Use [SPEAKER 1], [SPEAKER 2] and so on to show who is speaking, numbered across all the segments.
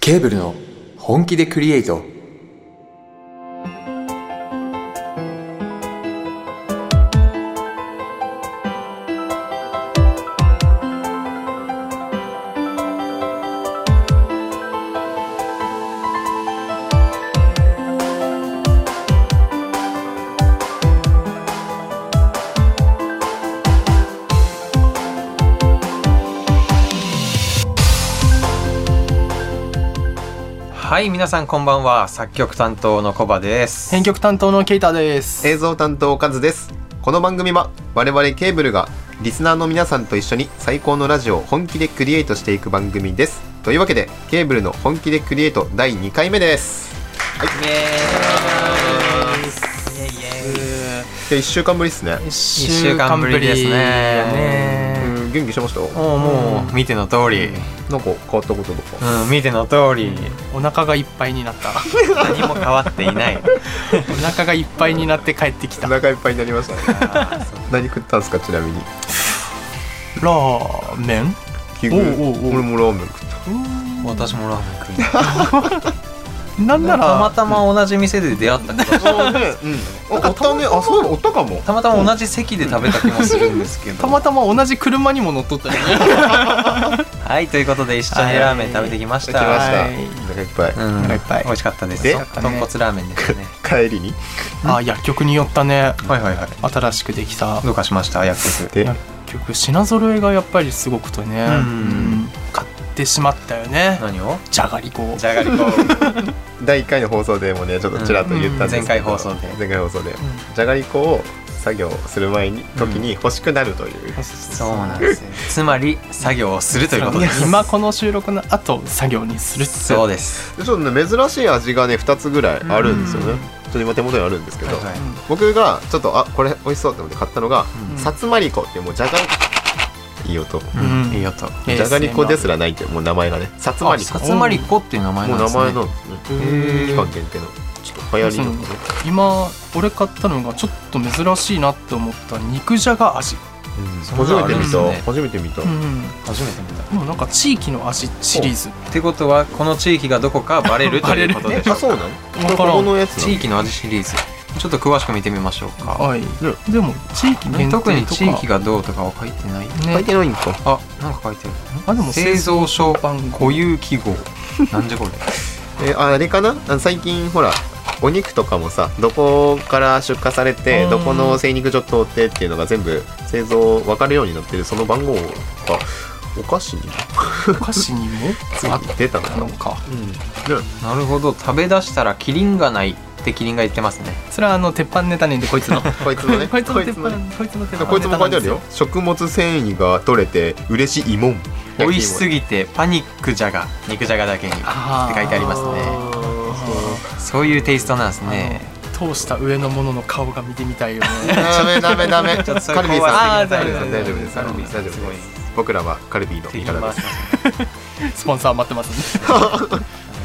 [SPEAKER 1] ケーブルの本気でクリエイトはい皆さんこんばんは作曲担当のコバです
[SPEAKER 2] 編曲担当のケイタです
[SPEAKER 3] 映像担当カズですこの番組は我々ケーブルがリスナーの皆さんと一緒に最高のラジオを本気でクリエイトしていく番組ですというわけでケーブルの本気でクリエイト第2回目ですで1週間ぶりですね
[SPEAKER 2] 1
[SPEAKER 1] 1週間ぶりですね
[SPEAKER 3] うん元気してましたなんか
[SPEAKER 1] もうもう見ての通り、
[SPEAKER 3] 変わったこととか
[SPEAKER 1] うん、見ての通り
[SPEAKER 2] お腹がいっぱいになった
[SPEAKER 1] 何も変わっていない
[SPEAKER 2] お腹がいっぱいになって帰ってき
[SPEAKER 3] お
[SPEAKER 2] たラ
[SPEAKER 3] 腹いっぱいになりましたね何食ったんですかちなみに
[SPEAKER 2] ーメン
[SPEAKER 3] キン
[SPEAKER 2] おう
[SPEAKER 3] グ
[SPEAKER 2] おうおう
[SPEAKER 3] 俺もラーメン食っ
[SPEAKER 1] 私もラーメン食い
[SPEAKER 2] なんな
[SPEAKER 1] たま
[SPEAKER 2] ら
[SPEAKER 1] たま同じ店で出会ったけど
[SPEAKER 3] たあ、ね、うんあおったねあそういえばおったかも
[SPEAKER 1] たまたま同じ席で食べた気もするんですけど
[SPEAKER 2] たまたま同じ車にも乗っとったよ ね
[SPEAKER 1] はいということで一緒にラーメン食べてきました、
[SPEAKER 3] 来ました
[SPEAKER 2] はい
[SPEAKER 3] お腹いっぱい
[SPEAKER 1] うん、
[SPEAKER 2] いっぱい
[SPEAKER 1] 美味しかったです
[SPEAKER 3] で
[SPEAKER 1] よ豚骨ラーメンですね
[SPEAKER 3] 帰りに
[SPEAKER 2] あ薬局に寄ったね
[SPEAKER 1] はいはいはい
[SPEAKER 2] 新しくできた
[SPEAKER 1] どうかしました薬局
[SPEAKER 3] で
[SPEAKER 2] 薬局品揃えがやっぱりすごくてね
[SPEAKER 1] う
[SPEAKER 2] う
[SPEAKER 1] ん
[SPEAKER 2] ん買ってしまったよね
[SPEAKER 1] 何を
[SPEAKER 2] じゃがりこ
[SPEAKER 1] じゃがりこ
[SPEAKER 3] 第1回の放送でもねちょっとちらっと言ったんですけ
[SPEAKER 1] う
[SPEAKER 3] ど、
[SPEAKER 1] ん前回放送で
[SPEAKER 3] 前回放送でじゃがりこを作業する前に時に欲しくなるという、
[SPEAKER 1] そうなんですよつまり作業をするということです
[SPEAKER 2] 今この収録の後作業にするって
[SPEAKER 1] そうです
[SPEAKER 3] ちょっとね珍しい味がね2つぐらいあるんですよね、ちょっと今手元にあるんですけど、
[SPEAKER 1] はいはい
[SPEAKER 2] うん
[SPEAKER 3] 僕がちょっとあこれ美味しそうって思って買ったのが、
[SPEAKER 1] うん
[SPEAKER 3] さつまりこっていうもうじゃがいい音、
[SPEAKER 2] うん
[SPEAKER 1] いい音
[SPEAKER 2] えー
[SPEAKER 3] じゃがりこですらないってもう名前がねさつまりこ
[SPEAKER 1] さつまりこっていう名前
[SPEAKER 3] も
[SPEAKER 1] な
[SPEAKER 3] うん
[SPEAKER 1] で
[SPEAKER 3] 名
[SPEAKER 1] すね
[SPEAKER 3] 前なんですね
[SPEAKER 2] へー
[SPEAKER 3] 期間限定のちょっと流行りのかな
[SPEAKER 2] 今俺買ったのがちょっと珍しいなって思った肉じゃが味、
[SPEAKER 1] うん
[SPEAKER 3] 初めて見
[SPEAKER 1] そうなん
[SPEAKER 3] た、
[SPEAKER 1] ですね
[SPEAKER 3] 初めて見た、
[SPEAKER 2] うん、
[SPEAKER 1] 初めて見た
[SPEAKER 2] もうなんか地域の味シリーズ
[SPEAKER 1] ってことはこの地域がどこか バレると
[SPEAKER 2] バレ
[SPEAKER 1] いう
[SPEAKER 2] る
[SPEAKER 1] こと
[SPEAKER 3] え
[SPEAKER 1] でしょ
[SPEAKER 3] あ
[SPEAKER 1] う
[SPEAKER 3] そうなの
[SPEAKER 2] からん
[SPEAKER 3] ここのやつなの
[SPEAKER 1] 地域の味シリーズちょっと詳しく見てみましょうか
[SPEAKER 2] はい、でも地域限定とか
[SPEAKER 1] 特に地域がどうとかは書いてない
[SPEAKER 3] 書い
[SPEAKER 2] ね
[SPEAKER 3] てないんか
[SPEAKER 1] あなんか書いて
[SPEAKER 2] あで
[SPEAKER 1] ある
[SPEAKER 2] も
[SPEAKER 1] 製造所固有記号なんじゃこれ
[SPEAKER 3] えああれかなあの最近ほらお肉とかもさどこから出荷され
[SPEAKER 2] う
[SPEAKER 3] て
[SPEAKER 2] ん
[SPEAKER 3] どこの精肉所通ってっていうのが全部製造分かるようになってるその番号がお菓子に
[SPEAKER 2] お菓子に も
[SPEAKER 3] ついて出たのかな
[SPEAKER 2] なのか
[SPEAKER 3] うんね
[SPEAKER 1] なるほど食べ出したらキリンがないってキリンが言ってますね
[SPEAKER 2] それはあの鉄板ネタねんでこいつの
[SPEAKER 3] こいつのね
[SPEAKER 2] こいつの鉄板
[SPEAKER 3] ね
[SPEAKER 2] こいつの鉄板ネタ
[SPEAKER 3] こいつも書いてあ るよ食物繊維が取れて嬉しいもん
[SPEAKER 1] 美味しすぎ
[SPEAKER 3] ぎ
[SPEAKER 1] てパニックじゃが肉じゃがだけにって書いてありますねそういうテイストなんですね
[SPEAKER 2] 通した上のものの顔が見てみたいよね
[SPEAKER 3] ダメダメダメ
[SPEAKER 1] ちょっとそれ
[SPEAKER 3] カルビー
[SPEAKER 1] 怖
[SPEAKER 3] さ
[SPEAKER 1] い
[SPEAKER 3] んカルビーさん
[SPEAKER 1] あ
[SPEAKER 3] 大
[SPEAKER 1] ー
[SPEAKER 3] 丈夫です
[SPEAKER 1] 大
[SPEAKER 3] カ
[SPEAKER 1] 丈
[SPEAKER 3] ル
[SPEAKER 1] 夫
[SPEAKER 3] ビ
[SPEAKER 1] です
[SPEAKER 3] ーさん大丈夫
[SPEAKER 1] すごい
[SPEAKER 3] です僕らはカルビーの味
[SPEAKER 1] 敵
[SPEAKER 3] 方
[SPEAKER 1] 回
[SPEAKER 3] ですす
[SPEAKER 2] スポンサー待ってますね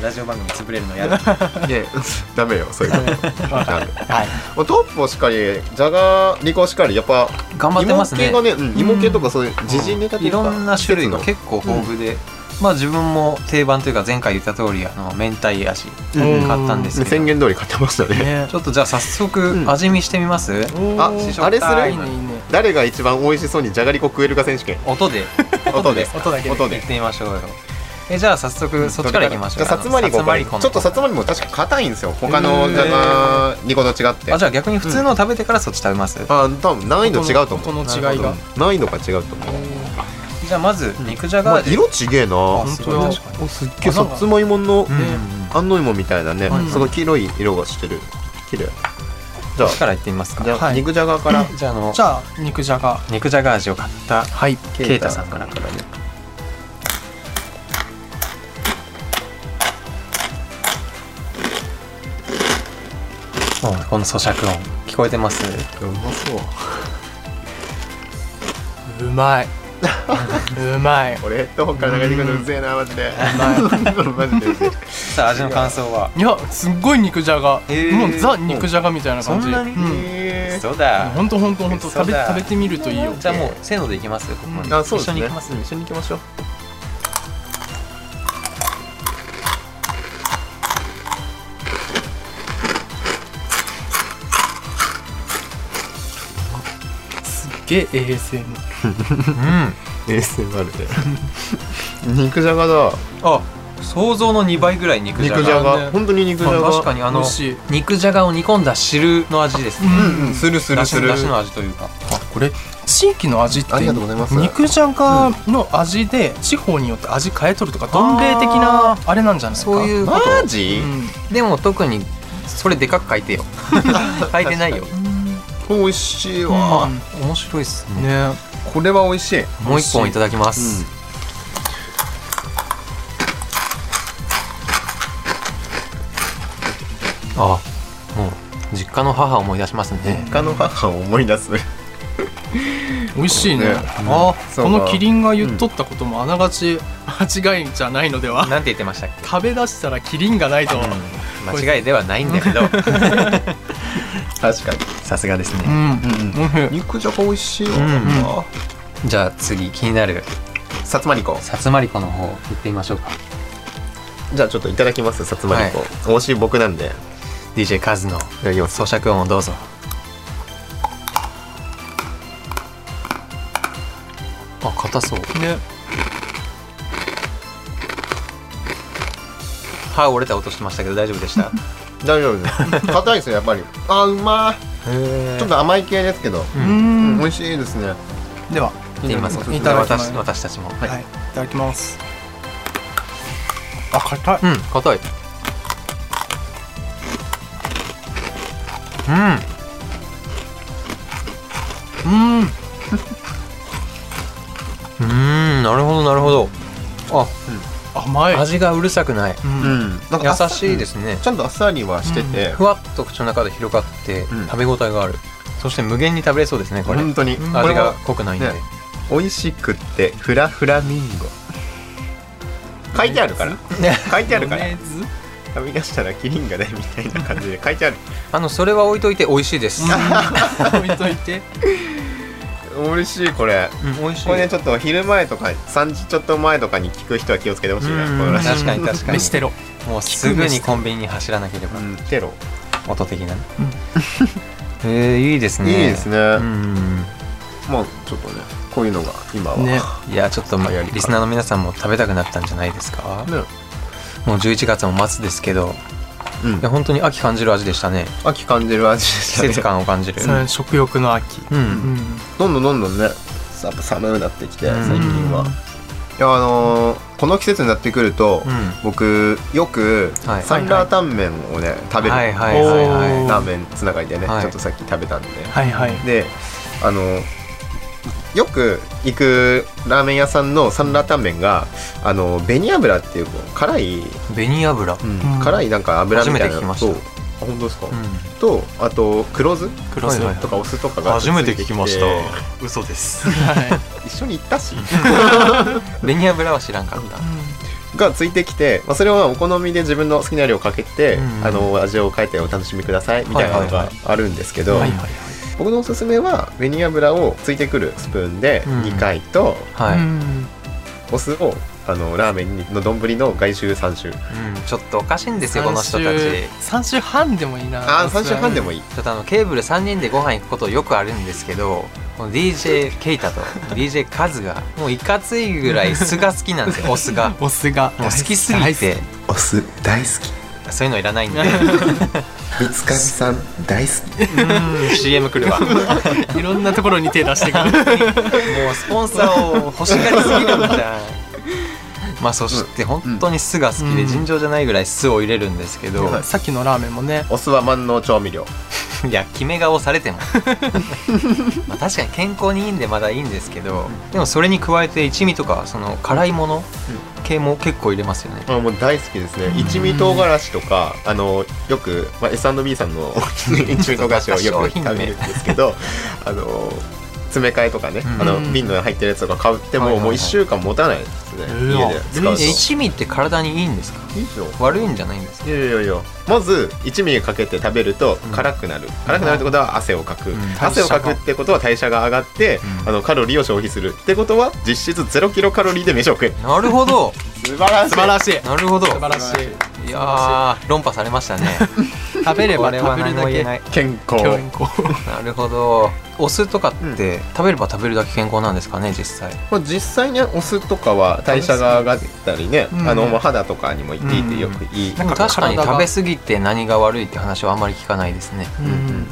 [SPEAKER 1] ラジオ番組潰れるのやだ
[SPEAKER 3] いや ダメよそういうことダメ
[SPEAKER 2] はい
[SPEAKER 3] まあトップをしっかりじゃがりこしっかりやっぱ
[SPEAKER 1] 頑張ってますね
[SPEAKER 3] 芋系がね、うん、芋系とかそういう時事ネタと
[SPEAKER 1] い
[SPEAKER 3] いうか、
[SPEAKER 1] ろんな種類が
[SPEAKER 3] 季節
[SPEAKER 1] 結構豊富で、まあ自分も定番というか前回言った通りあの明太味
[SPEAKER 3] うん
[SPEAKER 1] 買ったんです
[SPEAKER 3] の
[SPEAKER 1] けど、
[SPEAKER 3] 宣言通り買ってましたね
[SPEAKER 2] ね
[SPEAKER 1] ちょっとじゃあ早速
[SPEAKER 3] ん
[SPEAKER 1] 味見してみます、
[SPEAKER 3] あ
[SPEAKER 2] おー
[SPEAKER 3] 試食あれする
[SPEAKER 2] いいねいいね
[SPEAKER 3] 誰が一番美味しそうにじゃがりこ食えるか選手権
[SPEAKER 1] 音で
[SPEAKER 3] 音で
[SPEAKER 2] 音だけで
[SPEAKER 3] 音
[SPEAKER 1] 言
[SPEAKER 3] で
[SPEAKER 1] ってみましょうよえじゃあ早速そっちからいきましょう
[SPEAKER 3] じゃあさつまりこ
[SPEAKER 1] さつまりこ
[SPEAKER 3] ちょっとさつまりも確か硬いんですよ他のじゃがりこと違って
[SPEAKER 1] あじゃあ逆に普通のを食べてからそっち食べます、
[SPEAKER 3] あ多分難易度違うと思う
[SPEAKER 2] 音の音の違いが
[SPEAKER 3] 難易度が違うと思う
[SPEAKER 1] じゃあまず肉じゃが
[SPEAKER 3] まあ
[SPEAKER 1] 味、
[SPEAKER 3] 色ちげえな
[SPEAKER 1] あ
[SPEAKER 3] お
[SPEAKER 2] 本
[SPEAKER 1] す
[SPEAKER 2] 当
[SPEAKER 1] ごい
[SPEAKER 2] だ
[SPEAKER 1] 確かに
[SPEAKER 3] すっげえさつまいもの
[SPEAKER 1] うん
[SPEAKER 3] 安納芋みたいなね、
[SPEAKER 2] うん
[SPEAKER 3] すごい黄色い色がしてる綺麗じ
[SPEAKER 1] こ
[SPEAKER 3] ゃ
[SPEAKER 1] っち
[SPEAKER 3] あ
[SPEAKER 1] からいってみますか
[SPEAKER 3] じゃあ、
[SPEAKER 2] はい
[SPEAKER 3] 肉じゃがから
[SPEAKER 1] じゃああの
[SPEAKER 2] じゃあ肉じゃが
[SPEAKER 1] 肉じゃが味を買った
[SPEAKER 2] はい
[SPEAKER 1] ケイタさんから
[SPEAKER 3] ね
[SPEAKER 1] うんこの咀嚼音聞こえてます
[SPEAKER 3] うまそう
[SPEAKER 2] うまいうまい
[SPEAKER 3] 俺ヘッドホンから流れてくるのうぜえなマジで マジでうぜ
[SPEAKER 1] さあ味の感想はい
[SPEAKER 2] やすっごい肉じゃが、
[SPEAKER 1] へー
[SPEAKER 2] もうザ肉じゃがみたいな感じ
[SPEAKER 1] そんなに
[SPEAKER 2] うん
[SPEAKER 3] え
[SPEAKER 1] そうだ
[SPEAKER 2] ほんとほんとほんと
[SPEAKER 1] 嘘
[SPEAKER 2] 食べ
[SPEAKER 1] だ
[SPEAKER 2] 食べてみるといいよ
[SPEAKER 1] じゃあもうせーのでいきますここ
[SPEAKER 2] う
[SPEAKER 1] に
[SPEAKER 2] ん
[SPEAKER 3] あそう
[SPEAKER 1] 一緒
[SPEAKER 3] ですね
[SPEAKER 1] に行きます
[SPEAKER 3] 一緒に行きましょう
[SPEAKER 2] げえ ASM
[SPEAKER 1] うん。
[SPEAKER 3] ASMR で肉じゃがだ
[SPEAKER 1] あ、想像の2倍ぐらい肉じゃが。
[SPEAKER 3] 肉じゃが
[SPEAKER 2] ね
[SPEAKER 3] 本当に肉じゃが
[SPEAKER 1] まあ確かにあ
[SPEAKER 2] 美
[SPEAKER 1] の
[SPEAKER 2] 味しい
[SPEAKER 1] 肉じゃがを煮込んだ汁の味ですね。
[SPEAKER 3] うんうんするする
[SPEAKER 1] だし
[SPEAKER 3] する
[SPEAKER 1] だしの味というか。
[SPEAKER 3] あこれ
[SPEAKER 2] 地域の味って
[SPEAKER 3] ありがとうございます
[SPEAKER 2] 肉じゃがの味で地方によって味変えとるとかどん兵衛的なあれなんじゃないか
[SPEAKER 1] そういうこ
[SPEAKER 3] マ
[SPEAKER 2] う
[SPEAKER 3] ジ、
[SPEAKER 2] ん
[SPEAKER 1] と。でも特にそれでかく書いて よ。書いてないよ。
[SPEAKER 3] これ美味しいわ、
[SPEAKER 2] うん
[SPEAKER 1] 面白いっすね。
[SPEAKER 2] ね
[SPEAKER 3] これは美味しい
[SPEAKER 1] もう一本いただきます。あ、もう実家の母を思い出しますね。
[SPEAKER 3] 他の母を思い出すね
[SPEAKER 2] 美味しいね
[SPEAKER 1] あ、
[SPEAKER 3] そう
[SPEAKER 2] こ
[SPEAKER 3] か
[SPEAKER 2] のキリンが言っとったこともあながち間違いじゃないのでは
[SPEAKER 1] なんて言ってましたっけ。
[SPEAKER 2] 食べ出したらキリンがないと
[SPEAKER 1] うん間違いではないんだけど。
[SPEAKER 3] 確かに
[SPEAKER 1] さすがです
[SPEAKER 2] う
[SPEAKER 1] ね。
[SPEAKER 2] ん
[SPEAKER 3] うん
[SPEAKER 2] おいしい
[SPEAKER 3] 肉じゃが美味しいわ、
[SPEAKER 1] うん
[SPEAKER 3] あ
[SPEAKER 1] じゃあ次気になる
[SPEAKER 3] さつまりこ
[SPEAKER 1] さつまりこの方行ってみましょうか。
[SPEAKER 3] じゃあちょっといただきますさつまりこ、美味しい僕なんで
[SPEAKER 1] DJ カズの
[SPEAKER 3] いただきます
[SPEAKER 1] 咀嚼音をどうぞ。あ、硬そう。
[SPEAKER 2] ね
[SPEAKER 1] 歯折れた音してましたけど大丈夫で した。
[SPEAKER 3] 大丈夫です硬いですよやっぱりあうまいちょっと甘い系ですけど、
[SPEAKER 2] う
[SPEAKER 3] うん
[SPEAKER 2] ん
[SPEAKER 3] 美味しいですね
[SPEAKER 2] では
[SPEAKER 1] 行ってみます。
[SPEAKER 2] いただきます
[SPEAKER 1] 私私たちも。
[SPEAKER 2] はいいただきますあ硬い
[SPEAKER 1] うん、硬い。
[SPEAKER 2] うん
[SPEAKER 1] うん、うーん、なるほどなるほど。あ、
[SPEAKER 2] 甘い
[SPEAKER 1] 味がうるさくない。
[SPEAKER 2] う
[SPEAKER 3] うんんなんかあっさ
[SPEAKER 1] 優しいですね。
[SPEAKER 3] ちゃんとあっさりはしてて、
[SPEAKER 1] ふわっと口の中で広がって
[SPEAKER 3] うん
[SPEAKER 1] 食べ応えがある。そして無限に食べれそうですねこれ。
[SPEAKER 3] 本当に、
[SPEAKER 2] うん
[SPEAKER 3] これ
[SPEAKER 1] 味が
[SPEAKER 3] は
[SPEAKER 1] 濃くないんで。
[SPEAKER 3] ね美味しくってフラフラミンゴ書いてある から
[SPEAKER 1] ね
[SPEAKER 3] 書いてあるか
[SPEAKER 2] 米
[SPEAKER 3] ら
[SPEAKER 2] 酢
[SPEAKER 3] はみ出したらキリンがねみたいな感じで書いてある
[SPEAKER 1] あのそれは置いといて美味しいです。
[SPEAKER 2] うん置いといて
[SPEAKER 3] 美味しいこれ
[SPEAKER 1] うん、美味しい。
[SPEAKER 3] これねちょっと昼前とか3時ちょっと前とかに聞く人は気をつけてほしいな
[SPEAKER 1] うん
[SPEAKER 3] このラジ
[SPEAKER 1] 確かに確かに
[SPEAKER 2] 飯テロ
[SPEAKER 1] もうすぐにコンビニに走らなければ
[SPEAKER 3] オ、うんテロ
[SPEAKER 1] 音的なね。えー、いいです
[SPEAKER 3] いい
[SPEAKER 1] ね。
[SPEAKER 3] ですね、
[SPEAKER 1] うん。
[SPEAKER 3] まあちょっとねこういうのが今は、
[SPEAKER 2] ね
[SPEAKER 1] いやちょっとま
[SPEAKER 3] 流行りか
[SPEAKER 1] リスナーの皆さんも食べたくなったんじゃないですか。
[SPEAKER 3] ね
[SPEAKER 1] もう11月も末ですけど、
[SPEAKER 3] うん
[SPEAKER 1] いや本当に秋感じる味でしたね。
[SPEAKER 3] 秋感じる味でし
[SPEAKER 1] 季
[SPEAKER 3] たね
[SPEAKER 1] 節感を感じる。
[SPEAKER 2] それ食欲の秋
[SPEAKER 1] う。
[SPEAKER 2] うんん
[SPEAKER 3] どんどんどんどんねさ寒くなってきて
[SPEAKER 1] うん
[SPEAKER 3] 最近はいやあのーこの季節になってくると、
[SPEAKER 1] うん。
[SPEAKER 3] 僕よく
[SPEAKER 1] はい
[SPEAKER 3] サンラータンメンをね食べる、
[SPEAKER 1] はいはいはいはい。
[SPEAKER 2] おー
[SPEAKER 3] ラーメンつながりでね、
[SPEAKER 1] はい
[SPEAKER 3] ちょっとさっき食べたんで、
[SPEAKER 2] はいはい
[SPEAKER 3] であのよく行くラーメン屋さんのサンラータンメンがあの紅油っていうこう辛い、
[SPEAKER 1] 紅油。う
[SPEAKER 2] ん
[SPEAKER 1] ん。
[SPEAKER 3] 辛いなんか油みたいな
[SPEAKER 1] 初めて聞き
[SPEAKER 3] の
[SPEAKER 1] ました
[SPEAKER 3] とあ本当ですか、とあと黒酢
[SPEAKER 2] 黒酢
[SPEAKER 1] はいはい
[SPEAKER 3] とかお酢とかがついてきて。
[SPEAKER 1] 嘘です。
[SPEAKER 2] はい
[SPEAKER 3] 一緒に行ったし
[SPEAKER 1] 紅油は知らんかった。
[SPEAKER 3] がついてきて、まあ、それはお好みで自分の好きな量をかけて、
[SPEAKER 1] うん
[SPEAKER 3] あの味を変えてお楽しみくださいみたいなの
[SPEAKER 1] はい
[SPEAKER 3] が
[SPEAKER 1] は
[SPEAKER 3] あるんですけど、
[SPEAKER 2] はいはいはい
[SPEAKER 3] 僕のおすすめは紅油をついてくるスプーンで
[SPEAKER 1] うん
[SPEAKER 3] 2回と、
[SPEAKER 1] はい。
[SPEAKER 2] う
[SPEAKER 1] うん。
[SPEAKER 2] ん
[SPEAKER 3] お酢をあのラーメンの丼の外周3周
[SPEAKER 1] ちょっとおかしいんですよこの人たち。
[SPEAKER 2] 三週半でもいいな
[SPEAKER 3] あー3周半でもいい
[SPEAKER 1] ちょっとあのケーブル3人でご飯行くことよくあるんですけどこの DJ ケイタと DJ カズがもういかついぐらい酢が好きなんですよお酢がも
[SPEAKER 2] お酢が
[SPEAKER 1] う好きすぎて
[SPEAKER 3] お酢大好
[SPEAKER 1] そういうのいらないんで
[SPEAKER 3] き三つかさん大好き
[SPEAKER 1] CM 来るわも
[SPEAKER 2] いろんなところに手出してくる
[SPEAKER 1] うスポンサーを欲しがりすぎなんじゃんまあそして本当に酢が好き
[SPEAKER 2] う
[SPEAKER 1] で
[SPEAKER 2] ん
[SPEAKER 1] 尋常じゃないぐらい酢を入れるんですけど、
[SPEAKER 3] はい
[SPEAKER 2] さっきのラーメンもね
[SPEAKER 3] お酢は万能調味料
[SPEAKER 1] いや決め顔されても まあ確かに健康にいいんでまだいいんですけどでもそれに加えて一味とかその辛いもの系も結構入れますよね
[SPEAKER 3] あもう大好きですね一味唐辛子とかあのよく、まあ、S&B さん の一味唐辛子をよく食べるんですけどあの詰め替えとかね、
[SPEAKER 1] うん
[SPEAKER 3] あの瓶の入ってるやつとか買っても、
[SPEAKER 1] はいはいはい
[SPEAKER 3] もう1週間持たないですね、
[SPEAKER 2] うわ
[SPEAKER 3] 家で使うと
[SPEAKER 1] え一味って体にいいんですか
[SPEAKER 3] いいでしょ
[SPEAKER 1] 悪いんじゃないんですか
[SPEAKER 3] いやいやいやまず一味かけて食べると
[SPEAKER 1] うん
[SPEAKER 3] 辛くなる、辛くなるってことは汗をかく、
[SPEAKER 1] うん
[SPEAKER 3] 汗をかくってことは代謝が上がって、
[SPEAKER 1] うん
[SPEAKER 3] あのカロリーを消費するってことは実質0キロカロリーで飯を食える
[SPEAKER 1] なるほど
[SPEAKER 3] 素晴らしい
[SPEAKER 2] 素晴らしい
[SPEAKER 1] なるほど
[SPEAKER 2] 素晴らしい
[SPEAKER 1] いやー論破されましたね
[SPEAKER 2] 食べれば
[SPEAKER 1] 我
[SPEAKER 2] 食
[SPEAKER 1] 々は
[SPEAKER 2] べる
[SPEAKER 1] 何
[SPEAKER 2] だ
[SPEAKER 1] も言え
[SPEAKER 2] け
[SPEAKER 1] ない
[SPEAKER 3] 健康
[SPEAKER 2] 健康
[SPEAKER 1] なるほどお酢とかって食べれば食べるだけ健康なんですかね実際
[SPEAKER 3] まあ、実際ねお酢とかは代謝が上がったりね、
[SPEAKER 2] うん
[SPEAKER 3] あのまあ肌とかにもいいってよくいい、
[SPEAKER 2] なんか
[SPEAKER 1] 確かに
[SPEAKER 2] 体が
[SPEAKER 1] 食べ過ぎて何が悪いって話はあんまり聞かないですね
[SPEAKER 2] う
[SPEAKER 3] うんうんうんうん
[SPEAKER 2] ん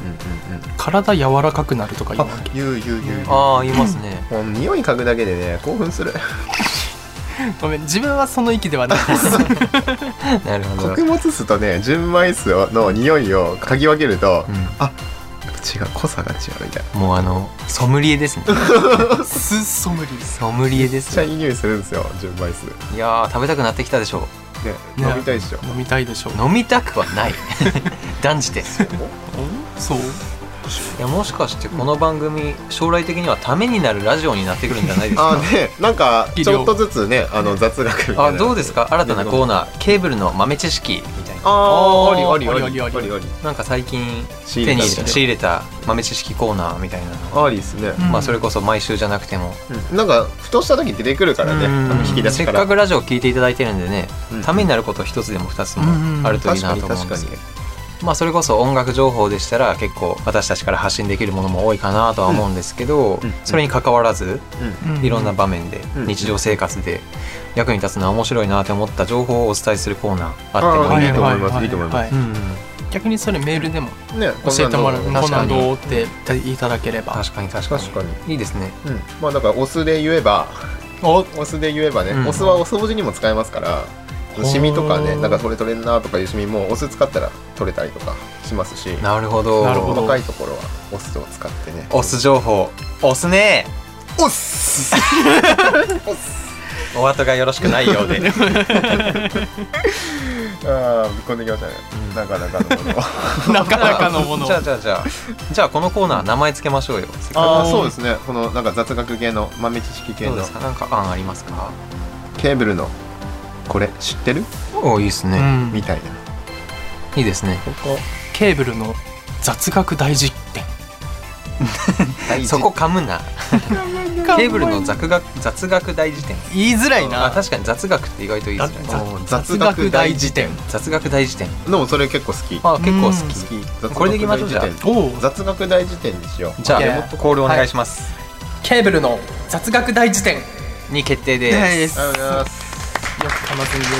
[SPEAKER 2] 体柔らかくなるとか言わな
[SPEAKER 3] あ
[SPEAKER 2] きゃ
[SPEAKER 3] 言う言う言う
[SPEAKER 1] ああ言いますね
[SPEAKER 3] もう匂い嗅ぐだけでね興奮する
[SPEAKER 2] ごめん自分はその域ではないです
[SPEAKER 1] なるほど
[SPEAKER 3] 穀物酢とね純米酢の匂いを嗅ぎ分けると、
[SPEAKER 1] う
[SPEAKER 3] 違う濃さが違うみたいなん
[SPEAKER 1] もうあのソムリエ ですね
[SPEAKER 2] 酢ソムリエ
[SPEAKER 1] ソムリエで
[SPEAKER 3] めっ
[SPEAKER 1] す
[SPEAKER 3] ちゃ
[SPEAKER 1] ね
[SPEAKER 3] いい匂いするんですよ純米酢ね
[SPEAKER 1] いやー食べたくなってきたでしょ
[SPEAKER 2] ね
[SPEAKER 3] 飲みたいっしょ
[SPEAKER 2] 飲みたいでしょ
[SPEAKER 1] う飲みたくはない 断じて
[SPEAKER 2] そう
[SPEAKER 1] いやもしかしてこの番組将来的にはためになるラジオになってくるんじゃないです
[SPEAKER 3] あ
[SPEAKER 1] か
[SPEAKER 3] ーねなんか
[SPEAKER 2] 肥
[SPEAKER 3] ち
[SPEAKER 2] 料
[SPEAKER 3] ょっとずつねあの雑学みたいな
[SPEAKER 1] あどうですか新たなコーナーケーブルの豆知識みたいな
[SPEAKER 3] あ
[SPEAKER 2] あ
[SPEAKER 3] ー
[SPEAKER 2] ー
[SPEAKER 3] ありありあり
[SPEAKER 2] ありあり
[SPEAKER 3] あり
[SPEAKER 1] なんか最近
[SPEAKER 3] 仕
[SPEAKER 1] 手
[SPEAKER 3] 入れ
[SPEAKER 1] に
[SPEAKER 3] た
[SPEAKER 1] 仕入れた豆知識コーナーみたいなの
[SPEAKER 3] ありですね、
[SPEAKER 2] うん
[SPEAKER 1] まあそれこそ毎週じゃなくても
[SPEAKER 3] うんなんかふとした時出てくるからね
[SPEAKER 2] う
[SPEAKER 3] あ
[SPEAKER 2] ん
[SPEAKER 3] の引き出
[SPEAKER 1] せ
[SPEAKER 3] し
[SPEAKER 1] っ
[SPEAKER 3] から
[SPEAKER 1] かくラジオ聞いていただいてるんでね
[SPEAKER 3] うん
[SPEAKER 1] ためになること一つでも二つ
[SPEAKER 2] うん
[SPEAKER 1] もあるといいなと思うん
[SPEAKER 3] 確か
[SPEAKER 1] です
[SPEAKER 3] に
[SPEAKER 1] け
[SPEAKER 3] 確
[SPEAKER 1] ど
[SPEAKER 3] か
[SPEAKER 1] まあそれこそ音楽情報でしたら結構私たちから発信できるものも多いかなとは思うんですけど
[SPEAKER 3] うん
[SPEAKER 1] それに関わらず
[SPEAKER 3] に、うん
[SPEAKER 1] いろんな場面で
[SPEAKER 3] うん
[SPEAKER 1] 日常生活で役に立つのは面白いなと思った情報をお伝えするコーナーあっても
[SPEAKER 3] あ
[SPEAKER 1] いい
[SPEAKER 3] いいと
[SPEAKER 1] な
[SPEAKER 3] 思ますいいと思います
[SPEAKER 2] は
[SPEAKER 1] うん
[SPEAKER 2] 逆にそれメールでも
[SPEAKER 3] ね、
[SPEAKER 2] 教えてもらう
[SPEAKER 3] こん
[SPEAKER 1] な
[SPEAKER 3] な
[SPEAKER 2] こんな
[SPEAKER 1] の確か
[SPEAKER 2] の
[SPEAKER 1] に
[SPEAKER 2] どうっていただければ
[SPEAKER 1] 確かに確かに
[SPEAKER 3] 確かに、
[SPEAKER 1] いいですね
[SPEAKER 3] うん、まあだからお酢で言えば
[SPEAKER 2] お
[SPEAKER 3] お酢で言えばね、
[SPEAKER 1] うん
[SPEAKER 3] お酢はお掃除にも使えますから
[SPEAKER 2] ほう
[SPEAKER 3] シミとかねなんかそれ取れんなとかいうシミもお酢使ったら取れたりとかしますし
[SPEAKER 1] なるほど
[SPEAKER 2] なるほど
[SPEAKER 3] 細かいところはお酢を使ってね
[SPEAKER 1] オス情報オスね
[SPEAKER 3] お 酢お酢
[SPEAKER 1] お後がよろしくないようで
[SPEAKER 3] ああぶっこんできましたね、
[SPEAKER 1] うん
[SPEAKER 3] なかなかのも の
[SPEAKER 2] なかなかのもの
[SPEAKER 1] じゃあじゃあじゃあじゃあこのコーナー名前つけましょうよせっか
[SPEAKER 3] あ
[SPEAKER 2] あ
[SPEAKER 3] ー
[SPEAKER 2] ー
[SPEAKER 3] そうですねこのなんか雑学系の豆知識
[SPEAKER 1] く
[SPEAKER 3] 系
[SPEAKER 1] どう
[SPEAKER 3] の
[SPEAKER 1] ですかなんか案ありますか
[SPEAKER 3] ケーブルのこれ知ってる
[SPEAKER 1] おいいです
[SPEAKER 2] う
[SPEAKER 1] ね、
[SPEAKER 2] ん
[SPEAKER 3] みたいない
[SPEAKER 1] いですね
[SPEAKER 3] ここ
[SPEAKER 2] ケーブルの雑学大実験
[SPEAKER 1] そこ噛むなケーブルの雑学雑学大辞典
[SPEAKER 2] 言いづらいな
[SPEAKER 1] あ確かに雑学って意外といいですね
[SPEAKER 2] 雑
[SPEAKER 3] おー雑学大辞典
[SPEAKER 1] 雑学大辞典
[SPEAKER 3] でもそれ結構好き
[SPEAKER 1] あ結構好
[SPEAKER 3] 好
[SPEAKER 1] き
[SPEAKER 3] き雑学
[SPEAKER 1] これでいきましょうじゃあ
[SPEAKER 3] 大辞典
[SPEAKER 2] おう
[SPEAKER 3] 雑学大辞典にしよう
[SPEAKER 1] じゃあ
[SPEAKER 2] OK
[SPEAKER 1] レモットコールお願いします、
[SPEAKER 2] ケーブルの雑学大辞典よ
[SPEAKER 1] に決定です
[SPEAKER 2] です
[SPEAKER 3] ありがとうございます
[SPEAKER 2] く噛まずに言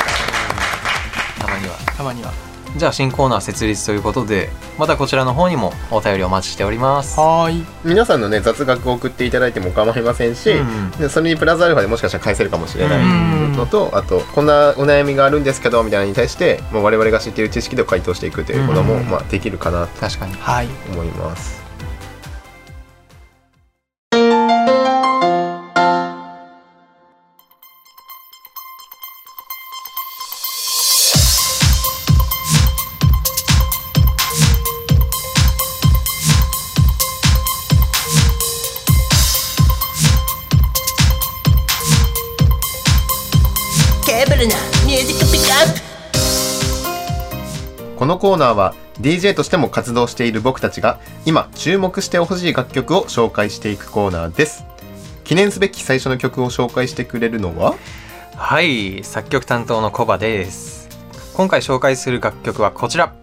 [SPEAKER 2] え
[SPEAKER 1] たまには
[SPEAKER 2] たたまには
[SPEAKER 1] じゃあ新コーナー設立ということでまたこちらの方にもお便りお待ちしております
[SPEAKER 2] はーい
[SPEAKER 3] 皆さんのね雑学を送っていただいても構いませんし、
[SPEAKER 1] うん
[SPEAKER 3] でそれにプラスアルファでもしかしたら返せるかもしれな
[SPEAKER 1] う
[SPEAKER 3] いのと、あとこんなお悩みがあるんですけどみたいなのに対して、まあ、我々が知っている知識で回答していくということも、
[SPEAKER 2] うん
[SPEAKER 3] まあ、できるかなと
[SPEAKER 1] 確かに
[SPEAKER 2] はい
[SPEAKER 3] 思います。
[SPEAKER 4] ケーブルなミュージックピックアップ
[SPEAKER 3] このコーナーは DJ としても活動している僕たちが今注目してほしい楽曲を紹介していくコーナーです記念すべき最初の曲を紹介してくれるのは
[SPEAKER 1] はい作曲担当のコバです今回紹介する楽曲はこちら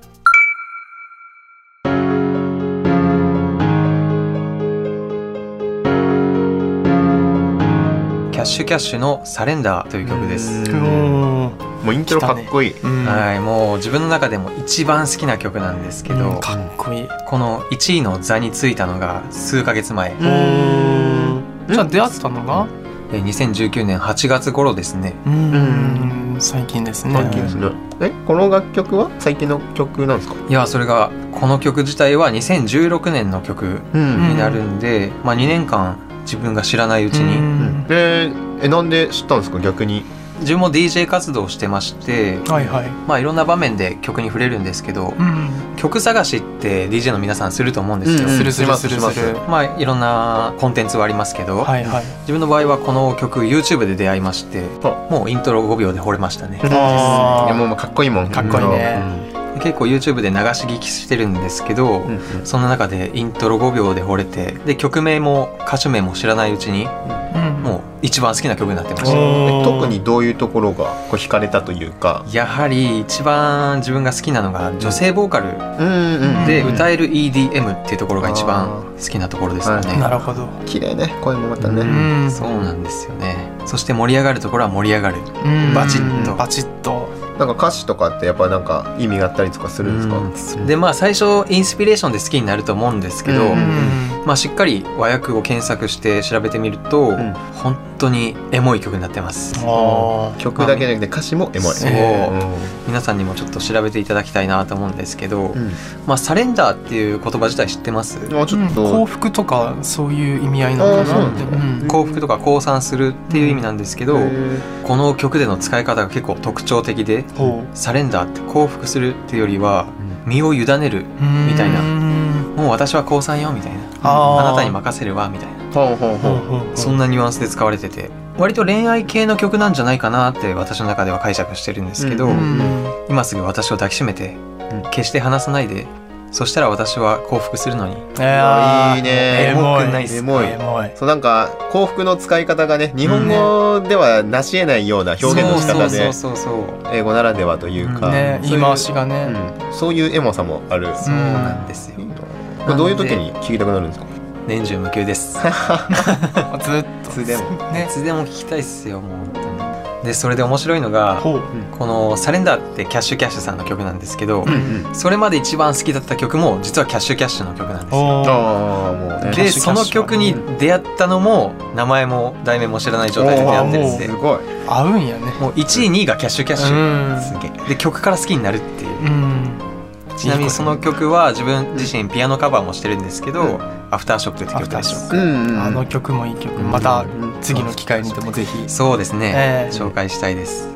[SPEAKER 1] キャッシュキャッシュのサレンダーという曲です
[SPEAKER 2] お
[SPEAKER 3] もうイントロかっこいい、
[SPEAKER 2] うん
[SPEAKER 1] はいもう自分の中でも一番好きな曲なんですけ
[SPEAKER 2] う
[SPEAKER 1] ど
[SPEAKER 2] んかっこいい
[SPEAKER 1] この1位の座についたのが数ヶ月前
[SPEAKER 2] うんじゃあ出会ったのが
[SPEAKER 1] え2019年8月頃ですね
[SPEAKER 2] うん最近ですね
[SPEAKER 3] 最近ですねえこの楽曲は最近の曲なんですか
[SPEAKER 1] いやそれがこの曲自体は2016年の曲
[SPEAKER 2] う
[SPEAKER 3] う
[SPEAKER 2] ん
[SPEAKER 1] になるんで、まあ、2年間自分が知らないうち
[SPEAKER 2] う
[SPEAKER 1] に、
[SPEAKER 2] ん
[SPEAKER 3] ええなんで知ったんですか逆に
[SPEAKER 1] 自分も DJ 活動をしてまして、
[SPEAKER 2] はいはい
[SPEAKER 1] まあ、いろんな場面で曲に触れるんですけど、
[SPEAKER 2] うん
[SPEAKER 1] 曲探しって DJ の皆さんすると思うんですよ。
[SPEAKER 3] うん
[SPEAKER 2] するす
[SPEAKER 3] し
[SPEAKER 2] る
[SPEAKER 3] ま
[SPEAKER 2] す
[SPEAKER 3] す
[SPEAKER 2] る
[SPEAKER 3] します
[SPEAKER 2] する
[SPEAKER 1] まあ、いろんなコンテンツはありますけど、
[SPEAKER 2] はいはい
[SPEAKER 1] 自分の場合はこの曲 YouTube で出会いましてもうイントロ5秒で惚れましたね
[SPEAKER 2] あー
[SPEAKER 3] いやもうもうかっこいいもん
[SPEAKER 2] かっこいいね
[SPEAKER 1] 結構 YouTube で流し聞きしてるんですけど、
[SPEAKER 3] うんうんうん
[SPEAKER 1] その中でイントロ5秒で惚れてで曲名も歌手名も知らないうちに
[SPEAKER 2] うん
[SPEAKER 1] もう一番好きな曲になってまし
[SPEAKER 2] お
[SPEAKER 1] た
[SPEAKER 2] ー
[SPEAKER 3] 特にどういうところがこう惹かれたというか
[SPEAKER 1] やはり一番自分が好きなのが女性ボーカル
[SPEAKER 3] うん
[SPEAKER 2] うん
[SPEAKER 1] で歌える EDM っていうところが一番好きなところですよ
[SPEAKER 3] あー
[SPEAKER 2] な
[SPEAKER 1] ね
[SPEAKER 2] るほど
[SPEAKER 3] 綺麗ね声もまた
[SPEAKER 1] う
[SPEAKER 3] ね
[SPEAKER 2] ん
[SPEAKER 1] んそうなんですよねそして盛り上がるところは盛り上がる
[SPEAKER 2] うん
[SPEAKER 1] バチッと
[SPEAKER 2] バチッと
[SPEAKER 3] なんか歌詞とかってやっぱなんか意味があったりとかするんですか
[SPEAKER 1] うんでまあ最初インスピレーションで好きになると思うんですけど、
[SPEAKER 3] うん
[SPEAKER 1] まあ、しっかり和訳を検索して調べてみると、
[SPEAKER 3] ん
[SPEAKER 1] 本当にエモい曲になってます
[SPEAKER 2] あ
[SPEAKER 3] 曲だけじゃなくて歌詞もエモい
[SPEAKER 1] そう皆さんにもちょっと調べていただきたいなと思うんですけど、
[SPEAKER 3] うん
[SPEAKER 1] まあ、サレンダーっていう言葉自体知ってます、
[SPEAKER 3] うんあちょっと
[SPEAKER 2] 幸福とかそういう意味合いなのかなって
[SPEAKER 3] あーそう
[SPEAKER 2] う
[SPEAKER 3] なん
[SPEAKER 2] ん
[SPEAKER 1] 幸福とか降参するっていう意味なんですけど、
[SPEAKER 3] へー
[SPEAKER 1] この曲での使い方が結構特徴的で
[SPEAKER 2] ほ
[SPEAKER 1] サレンダーって降伏するっていうよりは身を委ねる
[SPEAKER 2] うみ
[SPEAKER 1] たい
[SPEAKER 2] な
[SPEAKER 1] なもう私は降参よみたいな
[SPEAKER 2] あー
[SPEAKER 1] あなたに任せるわみたいな
[SPEAKER 3] ほうほうほう
[SPEAKER 1] そんなニュアンスで使われてて割と恋愛系の曲なんじゃないかなって私の中では解釈してるんですけど、
[SPEAKER 3] うん
[SPEAKER 1] 今すぐ私を抱きしめて、
[SPEAKER 3] うん
[SPEAKER 1] 決して離さないでそしたら私は降伏するのに
[SPEAKER 3] いい
[SPEAKER 2] エ
[SPEAKER 3] ね
[SPEAKER 2] モい
[SPEAKER 1] エモくないっ
[SPEAKER 3] す
[SPEAKER 2] エ
[SPEAKER 3] か
[SPEAKER 2] モいエモい
[SPEAKER 3] そうなんか幸福の使い方がね日本語ではなし得ないような表現の仕方で
[SPEAKER 1] そうそうそうそう
[SPEAKER 3] 英語ならではというか、
[SPEAKER 1] うん
[SPEAKER 2] ね
[SPEAKER 3] そう
[SPEAKER 2] 言
[SPEAKER 3] いう
[SPEAKER 2] い回しがね
[SPEAKER 3] うんそういうエモさもある、
[SPEAKER 1] そうなんですよ
[SPEAKER 3] いいな
[SPEAKER 1] で
[SPEAKER 3] これどういう時に聴きたくなるんですか
[SPEAKER 1] 年中無休です
[SPEAKER 2] ずっ
[SPEAKER 3] 普通でも
[SPEAKER 2] と
[SPEAKER 1] い
[SPEAKER 2] ね
[SPEAKER 1] つでも聞きたいっすよもう本当にでそれで面白いのが
[SPEAKER 2] ほう
[SPEAKER 1] この「サレンダー」ってキャッシュキャッシュさんの曲なんですけど、
[SPEAKER 2] ん
[SPEAKER 1] それまで一番好きだった曲も実はキャッシュキャッシュの曲なんですよ
[SPEAKER 2] お
[SPEAKER 3] ああもうね
[SPEAKER 2] キャッ
[SPEAKER 1] で
[SPEAKER 2] シュ
[SPEAKER 1] その曲に出会ったのも名前も題名も知らない状態で出会ってるん
[SPEAKER 3] す
[SPEAKER 1] で
[SPEAKER 3] ごい
[SPEAKER 2] 合うんやね
[SPEAKER 1] もう1位2位がキャッシュキャッシュ、すげえで曲から好きになるっていう
[SPEAKER 2] うん
[SPEAKER 1] ちなみにその曲は自分自身ピアノカバーもしてるんですけど「
[SPEAKER 3] うん
[SPEAKER 1] アフターショック」って曲
[SPEAKER 2] アフタ
[SPEAKER 1] で
[SPEAKER 2] ーショッ
[SPEAKER 1] す
[SPEAKER 2] ク
[SPEAKER 3] うん
[SPEAKER 2] あの曲もいい曲また次の機会にでもぜひ
[SPEAKER 1] そうですね、
[SPEAKER 2] ええ
[SPEAKER 1] 紹介したいです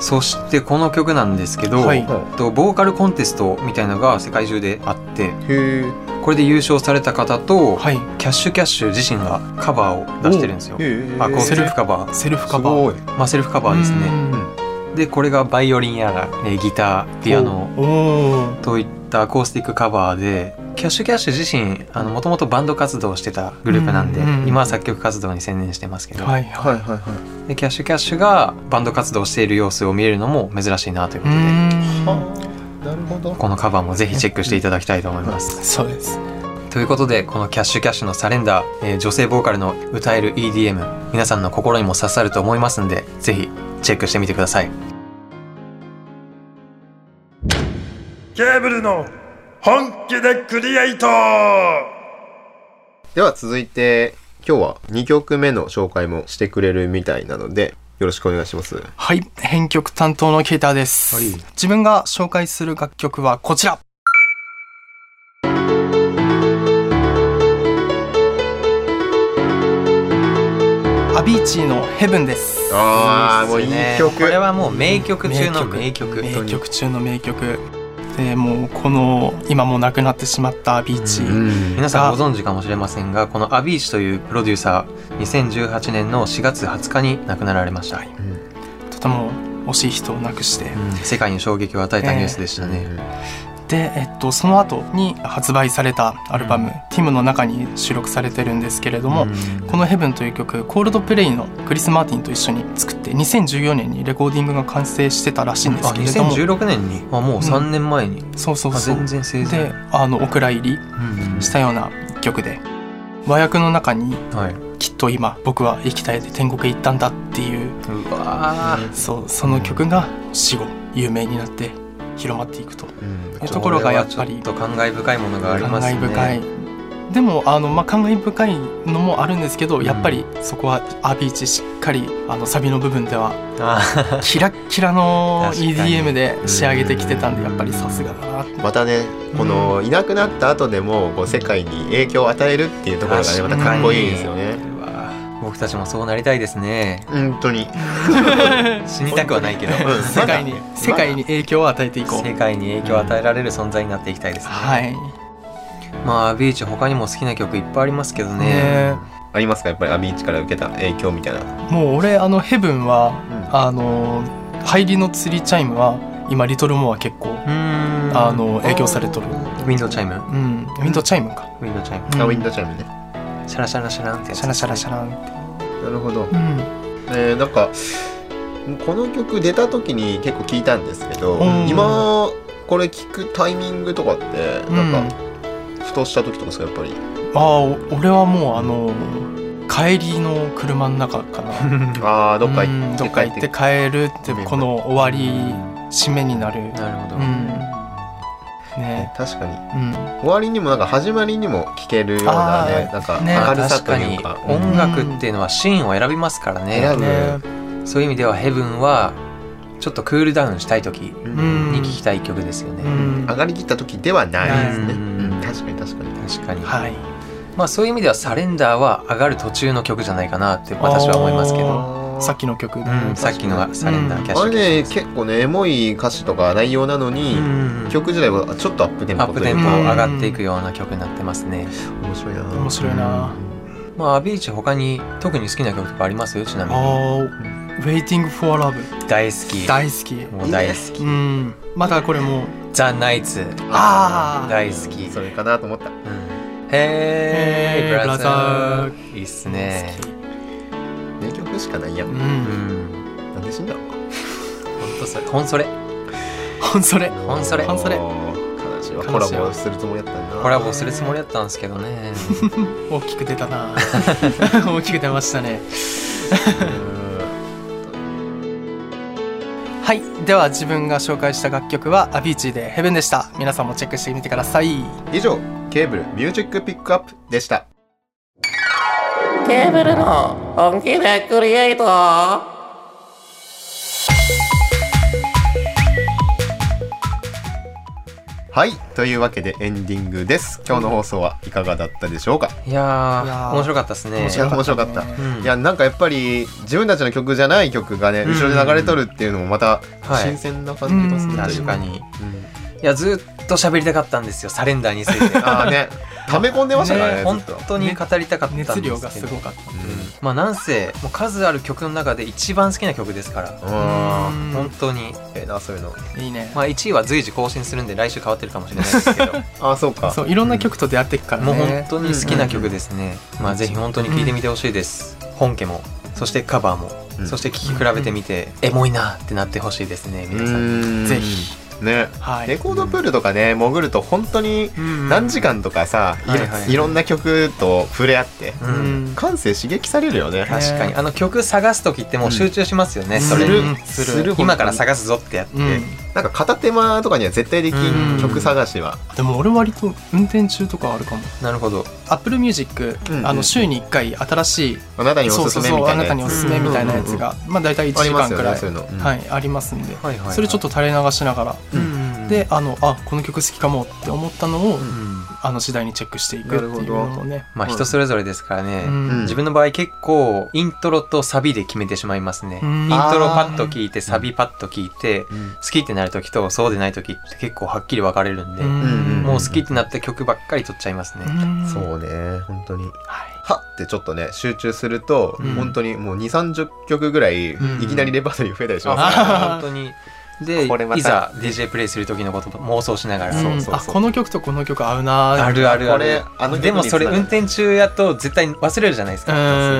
[SPEAKER 1] そしてこの曲なんですけど、
[SPEAKER 2] はい
[SPEAKER 1] えっとボーカルコンテストみたいのが世界中であって
[SPEAKER 3] へえ
[SPEAKER 1] これで優勝された方と、
[SPEAKER 2] はい
[SPEAKER 1] キャッシュキャッシュ自身がカバーを出してるんですよ、アコースティックカバー、
[SPEAKER 2] セルフカ
[SPEAKER 3] す
[SPEAKER 2] バー
[SPEAKER 3] ごい
[SPEAKER 1] まあ、セルフカバーですねでこれがバイオリンやらえーギターピアノ
[SPEAKER 2] おおー
[SPEAKER 1] といったアコースティックカバーでキャッシュキャッシュ自身あのもともとバンド活動をしてたグループなんで、
[SPEAKER 2] うんうん
[SPEAKER 1] 今は作曲活動に専念してますけど、
[SPEAKER 2] はいはい
[SPEAKER 3] はいはいはい
[SPEAKER 1] でキャッシュキャッシュがバンド活動をしている様子を見れるのも珍しいなということで、
[SPEAKER 3] はあなるほど
[SPEAKER 1] このカバーもぜひチェックしていただきたいと思います。
[SPEAKER 2] そうです
[SPEAKER 1] ということでこの「キャッシュキャッシュのサレンダー」えー女性ボーカルの歌える EDM 皆さんの心にも刺さると思いますんでぜひチェックしてみてください。
[SPEAKER 5] ケーブルの本気でクリエイト
[SPEAKER 3] では続いて今日は2曲目の紹介もしてくれるみたいなのでよろしくお願いします
[SPEAKER 2] はい編曲担当のケイターです
[SPEAKER 1] はい
[SPEAKER 2] 自分が紹介する楽曲はこちらアビーチーのヘブンです
[SPEAKER 3] ああもういい曲
[SPEAKER 1] これはもう名曲中の名曲
[SPEAKER 2] 名曲中の名曲でもうこの今もう亡くなってしまったアビーチ
[SPEAKER 3] う
[SPEAKER 2] ー
[SPEAKER 3] ん
[SPEAKER 1] 皆さんご存知かもしれませんがこのアビーチというプロデューサー2018年の4月20日に亡くなられました、
[SPEAKER 2] とても惜しい人を亡くして
[SPEAKER 1] 世界に衝撃を与えたニュースでしたね、
[SPEAKER 2] で、えっと、その後に発売されたアルバム「ティムの中に収録されてるんですけれども、この「ヘブンという曲コールドプレイのクリス・マーティンと一緒に作って2014年にレコーディングが完成してたらしいんです
[SPEAKER 1] あ
[SPEAKER 2] けれども
[SPEAKER 1] 2016年にあもう3年前に、
[SPEAKER 2] そうそう
[SPEAKER 1] あ
[SPEAKER 2] そう
[SPEAKER 1] 全然生前
[SPEAKER 2] であのお蔵入りしたような曲で和訳の中に
[SPEAKER 1] はい、
[SPEAKER 2] 「きっと今僕は生き絶えて天国へ行ったんだ」っていう
[SPEAKER 1] うわー
[SPEAKER 2] そうその曲が死後有名になって広まっていくと
[SPEAKER 3] うん
[SPEAKER 2] ところがやっぱり
[SPEAKER 1] これはちょっと感慨深いものがあり
[SPEAKER 2] 感
[SPEAKER 1] ますね
[SPEAKER 2] 慨深いでもあの、まあ、感慨深いのもあるんですけど、やっぱりそこはアビーチしっかりあのサビの部分では
[SPEAKER 1] あ
[SPEAKER 2] キラッキラの
[SPEAKER 1] 確かに
[SPEAKER 2] EDM で仕上げてきてたんでやっぱりさすがだなって
[SPEAKER 3] またねこのいなくなった後でもこう世界に影響を与えるっていうところがねまたかっこいいですよね
[SPEAKER 1] ーうわー 僕たちもそうなりたいですね
[SPEAKER 3] 本当に
[SPEAKER 1] 死にたくはない けど
[SPEAKER 3] うん
[SPEAKER 2] 世界に
[SPEAKER 3] まだ
[SPEAKER 2] 世界に影響を与えていこ
[SPEAKER 1] 世
[SPEAKER 2] う
[SPEAKER 1] 界に影響を与えられる存在になっていきたいですね、
[SPEAKER 2] はい
[SPEAKER 1] まあビーチ他にも好きな曲いっぱいありますけどね
[SPEAKER 2] ね
[SPEAKER 3] ありますかやっぱりアビーチから受けた影響みたいな
[SPEAKER 2] もう俺あの「ヘブンは
[SPEAKER 3] う
[SPEAKER 2] あの入りの釣りチャイムは今「リトルモア」結構
[SPEAKER 1] うーん
[SPEAKER 2] あの影響されとる
[SPEAKER 1] ウィンドウチャイム
[SPEAKER 2] うんウィンドチャイムか
[SPEAKER 1] ウィンドウチャイム
[SPEAKER 2] うん
[SPEAKER 3] あウィンドウチャイムね
[SPEAKER 1] シャラシャラシャランってやつ
[SPEAKER 2] シャラシャラシャランって
[SPEAKER 3] なるほど
[SPEAKER 2] う、ん
[SPEAKER 3] えーなんかこの曲出た時に結構聞いたんですけど、
[SPEAKER 2] うん
[SPEAKER 3] 今これ聞くタイミングとかってなんか、
[SPEAKER 2] うん
[SPEAKER 3] ふとした時とかですかやっぱり
[SPEAKER 2] ああお俺はもうあの帰りの車の中かな
[SPEAKER 3] ああどっか
[SPEAKER 2] う
[SPEAKER 3] 行
[SPEAKER 2] ん
[SPEAKER 3] っ
[SPEAKER 2] ど
[SPEAKER 3] て
[SPEAKER 2] っ
[SPEAKER 3] 帰
[SPEAKER 2] か行
[SPEAKER 3] っ
[SPEAKER 2] ってて帰るってこの終わり締めになる
[SPEAKER 1] なるほど、
[SPEAKER 2] うんね
[SPEAKER 3] ね確かに
[SPEAKER 2] うん
[SPEAKER 3] 終わりにもなんか始まりにも聴けるような
[SPEAKER 2] あ
[SPEAKER 3] ね
[SPEAKER 2] ー
[SPEAKER 3] なんか
[SPEAKER 2] ね
[SPEAKER 3] 明るさ
[SPEAKER 1] 確
[SPEAKER 3] と
[SPEAKER 1] か
[SPEAKER 3] いう
[SPEAKER 1] に
[SPEAKER 3] か
[SPEAKER 1] 音楽っていうのはシーンを選びますからね、
[SPEAKER 3] 選ぶ
[SPEAKER 2] ね
[SPEAKER 1] そういう意味では「ヘブンはちょっとクールダウンしたい時
[SPEAKER 3] うん
[SPEAKER 2] うん
[SPEAKER 1] に聴きたい曲ですよね、
[SPEAKER 2] うん
[SPEAKER 3] 上がりきった時ではないですね、
[SPEAKER 1] うん
[SPEAKER 3] うん確かに確かに
[SPEAKER 1] 確かに、
[SPEAKER 2] はい
[SPEAKER 1] まあそういう意味では「サレンダー」は上がる途中の曲じゃないかなって私は思いますけど、
[SPEAKER 3] あー
[SPEAKER 2] さっきの曲で
[SPEAKER 1] うん、さっきのが「サレンダー」
[SPEAKER 2] うん
[SPEAKER 1] キャッシ
[SPEAKER 3] あ
[SPEAKER 1] ュキャ
[SPEAKER 3] れ
[SPEAKER 1] ッシュ
[SPEAKER 3] ね結構ねエモい歌詞とか内容なのに、
[SPEAKER 1] うん
[SPEAKER 3] 曲自体はちょっとアップテン
[SPEAKER 1] ア
[SPEAKER 3] ポ
[SPEAKER 1] ッ
[SPEAKER 3] と
[SPEAKER 1] プ
[SPEAKER 3] い
[SPEAKER 1] テ
[SPEAKER 3] う
[SPEAKER 1] ンポ
[SPEAKER 3] か
[SPEAKER 1] 上がっていくような曲になってますね、
[SPEAKER 3] 面白いな
[SPEAKER 2] 面白いな
[SPEAKER 1] まあアビーチ他に特に好きな曲とかありますちな
[SPEAKER 2] あ
[SPEAKER 1] みに
[SPEAKER 2] ー Waiting for Love
[SPEAKER 1] 大好き
[SPEAKER 2] 大好き
[SPEAKER 1] もう大好き
[SPEAKER 2] うんまだこれもう
[SPEAKER 1] 「ザ・ナイツ
[SPEAKER 2] あー
[SPEAKER 1] 大好き
[SPEAKER 3] それかなと思った
[SPEAKER 1] うんへー
[SPEAKER 2] へー
[SPEAKER 1] ブ
[SPEAKER 2] ブラ
[SPEAKER 1] ラザ
[SPEAKER 2] ザ
[SPEAKER 1] ーいいっすね
[SPEAKER 2] 好き
[SPEAKER 3] 名曲しかないや
[SPEAKER 2] うんん
[SPEAKER 1] 本
[SPEAKER 3] なんで死んだの
[SPEAKER 1] 当それ本それ
[SPEAKER 2] ほんそれ
[SPEAKER 1] ほんそれ
[SPEAKER 2] ほんそれ
[SPEAKER 3] 悲しいわ
[SPEAKER 2] 悲しい
[SPEAKER 3] コ
[SPEAKER 2] わ
[SPEAKER 3] ラボするつもりだったんだ
[SPEAKER 1] コラボするつもりだったんですけどね
[SPEAKER 2] 大きく出たな大きく出ましたねはいでは自分が紹介した楽曲はアビーチーでヘブンでした皆さんもチェックしてみてください
[SPEAKER 3] 以上ケーブルミュージックピックアップでした
[SPEAKER 4] ケーブルの本気でクリエイト
[SPEAKER 3] はいというわけでエンディングです今日の放送はいかがだったでしょうか、
[SPEAKER 2] い
[SPEAKER 1] いや
[SPEAKER 2] や
[SPEAKER 1] ー
[SPEAKER 2] ー
[SPEAKER 1] 面白かったですね
[SPEAKER 3] いや面白かった
[SPEAKER 2] ね
[SPEAKER 1] うん
[SPEAKER 3] いやなんかやっぱり自分たちの曲じゃない曲がね
[SPEAKER 1] うん
[SPEAKER 3] 後ろで流れとるっていうのもまた
[SPEAKER 1] はい
[SPEAKER 3] 新鮮な感じがするという
[SPEAKER 1] 確
[SPEAKER 3] か、
[SPEAKER 1] か
[SPEAKER 3] うん
[SPEAKER 1] にいやずっと喋りたかったんですよサレンダーについ て
[SPEAKER 3] ああね溜め込んでましたからね
[SPEAKER 1] ね
[SPEAKER 3] ず
[SPEAKER 1] 本
[SPEAKER 3] っと
[SPEAKER 1] 当に語りたかったんです
[SPEAKER 2] 熱
[SPEAKER 1] けど
[SPEAKER 2] 量がすごかった
[SPEAKER 1] まあなんせもう数ある曲の中で一番好きな曲ですから
[SPEAKER 3] うんあ
[SPEAKER 2] うん
[SPEAKER 1] 本当に
[SPEAKER 3] ーええなそういうの
[SPEAKER 2] いいね、
[SPEAKER 1] まあ1位は随時更新するんで来週変わってるかもしれないですけど
[SPEAKER 3] あーそうか
[SPEAKER 2] そういろんな曲と出会っていくからね
[SPEAKER 1] もう本当に好きな曲ですね、まあぜひ本当に聴いてみてほしいです、本家もそしてカバーも、
[SPEAKER 3] うん
[SPEAKER 1] そして聴き比べてみて、エモいなってなってほしいですね
[SPEAKER 3] う
[SPEAKER 1] 皆さん
[SPEAKER 3] ーん
[SPEAKER 2] ぜひ
[SPEAKER 3] ね
[SPEAKER 2] はい
[SPEAKER 3] レコードプールとかね潜ると本当に何時間とかさ、
[SPEAKER 1] うん
[SPEAKER 3] いろ
[SPEAKER 1] はいはい
[SPEAKER 3] いろんな曲と触れ合って、
[SPEAKER 1] う、
[SPEAKER 2] うんん
[SPEAKER 3] 感性刺激されるよね。
[SPEAKER 1] 確かにあの曲探す時ってもう集中しますよね、
[SPEAKER 2] うん
[SPEAKER 1] それ
[SPEAKER 3] する
[SPEAKER 1] に
[SPEAKER 2] する
[SPEAKER 1] 今から
[SPEAKER 3] 探
[SPEAKER 1] 探すぞってやって、
[SPEAKER 2] うん
[SPEAKER 3] なんか片手間とかには絶対でき
[SPEAKER 1] うん
[SPEAKER 3] ん曲探しは。
[SPEAKER 2] でも俺割と運転中とかあるかも
[SPEAKER 1] なるほど
[SPEAKER 2] Apple Music、
[SPEAKER 3] うんうん
[SPEAKER 2] あの週に1回新しい
[SPEAKER 3] あなたにお
[SPEAKER 2] そうそ
[SPEAKER 3] すす
[SPEAKER 2] う
[SPEAKER 3] め
[SPEAKER 2] そ
[SPEAKER 3] み
[SPEAKER 2] う
[SPEAKER 3] た
[SPEAKER 2] あ
[SPEAKER 3] いな
[SPEAKER 2] なた
[SPEAKER 3] や
[SPEAKER 2] にお
[SPEAKER 3] つ。
[SPEAKER 2] すすめみたいなやつが、まあ大体1
[SPEAKER 3] あり
[SPEAKER 2] 時
[SPEAKER 3] ま
[SPEAKER 2] 間
[SPEAKER 3] す
[SPEAKER 2] く
[SPEAKER 3] よ
[SPEAKER 2] ら
[SPEAKER 3] ね
[SPEAKER 2] い、
[SPEAKER 3] そういうの。うん
[SPEAKER 2] はい、ありますんで、
[SPEAKER 1] はいはいはい
[SPEAKER 2] それちょっと垂れ流しながら、
[SPEAKER 1] うん
[SPEAKER 2] であのあこの曲好きかもって思ったのを、
[SPEAKER 1] うん
[SPEAKER 2] あの次第にチェックしていくっていうのもね、
[SPEAKER 1] まあ
[SPEAKER 3] うん
[SPEAKER 1] 人それぞれですからね、
[SPEAKER 2] うん
[SPEAKER 1] 自分の場合結構イントロとサビで決めてしまいますね、
[SPEAKER 2] うん
[SPEAKER 1] イントロパッと聞いてサビパッと聞いて、好きってなる時とそうでない時って結構はっきり分かれるんで、
[SPEAKER 2] うん
[SPEAKER 3] うん
[SPEAKER 1] もう好きってなった曲ばっかり取っちゃいますね、
[SPEAKER 2] うん
[SPEAKER 3] そうね、本当に。
[SPEAKER 2] は
[SPEAKER 3] はってちょっとね、集中すると、
[SPEAKER 2] うん
[SPEAKER 3] 本当にもう2、30曲ぐらい、
[SPEAKER 1] うん
[SPEAKER 3] いきなりレパートリー増えたりしますから。
[SPEAKER 1] あ
[SPEAKER 2] あ
[SPEAKER 1] 本当にで
[SPEAKER 3] これまた
[SPEAKER 1] いざ DJ プレイする時のこと妄想しながら、
[SPEAKER 2] い、
[SPEAKER 3] そ
[SPEAKER 2] うん
[SPEAKER 3] うそう
[SPEAKER 2] あこの曲とこの曲合うなー
[SPEAKER 1] あるあるあ
[SPEAKER 3] これ
[SPEAKER 1] る
[SPEAKER 3] あの曲に
[SPEAKER 1] でもそれ
[SPEAKER 3] つなが
[SPEAKER 1] 運
[SPEAKER 3] る
[SPEAKER 1] 転中やと絶対忘れるじゃないですか、
[SPEAKER 2] う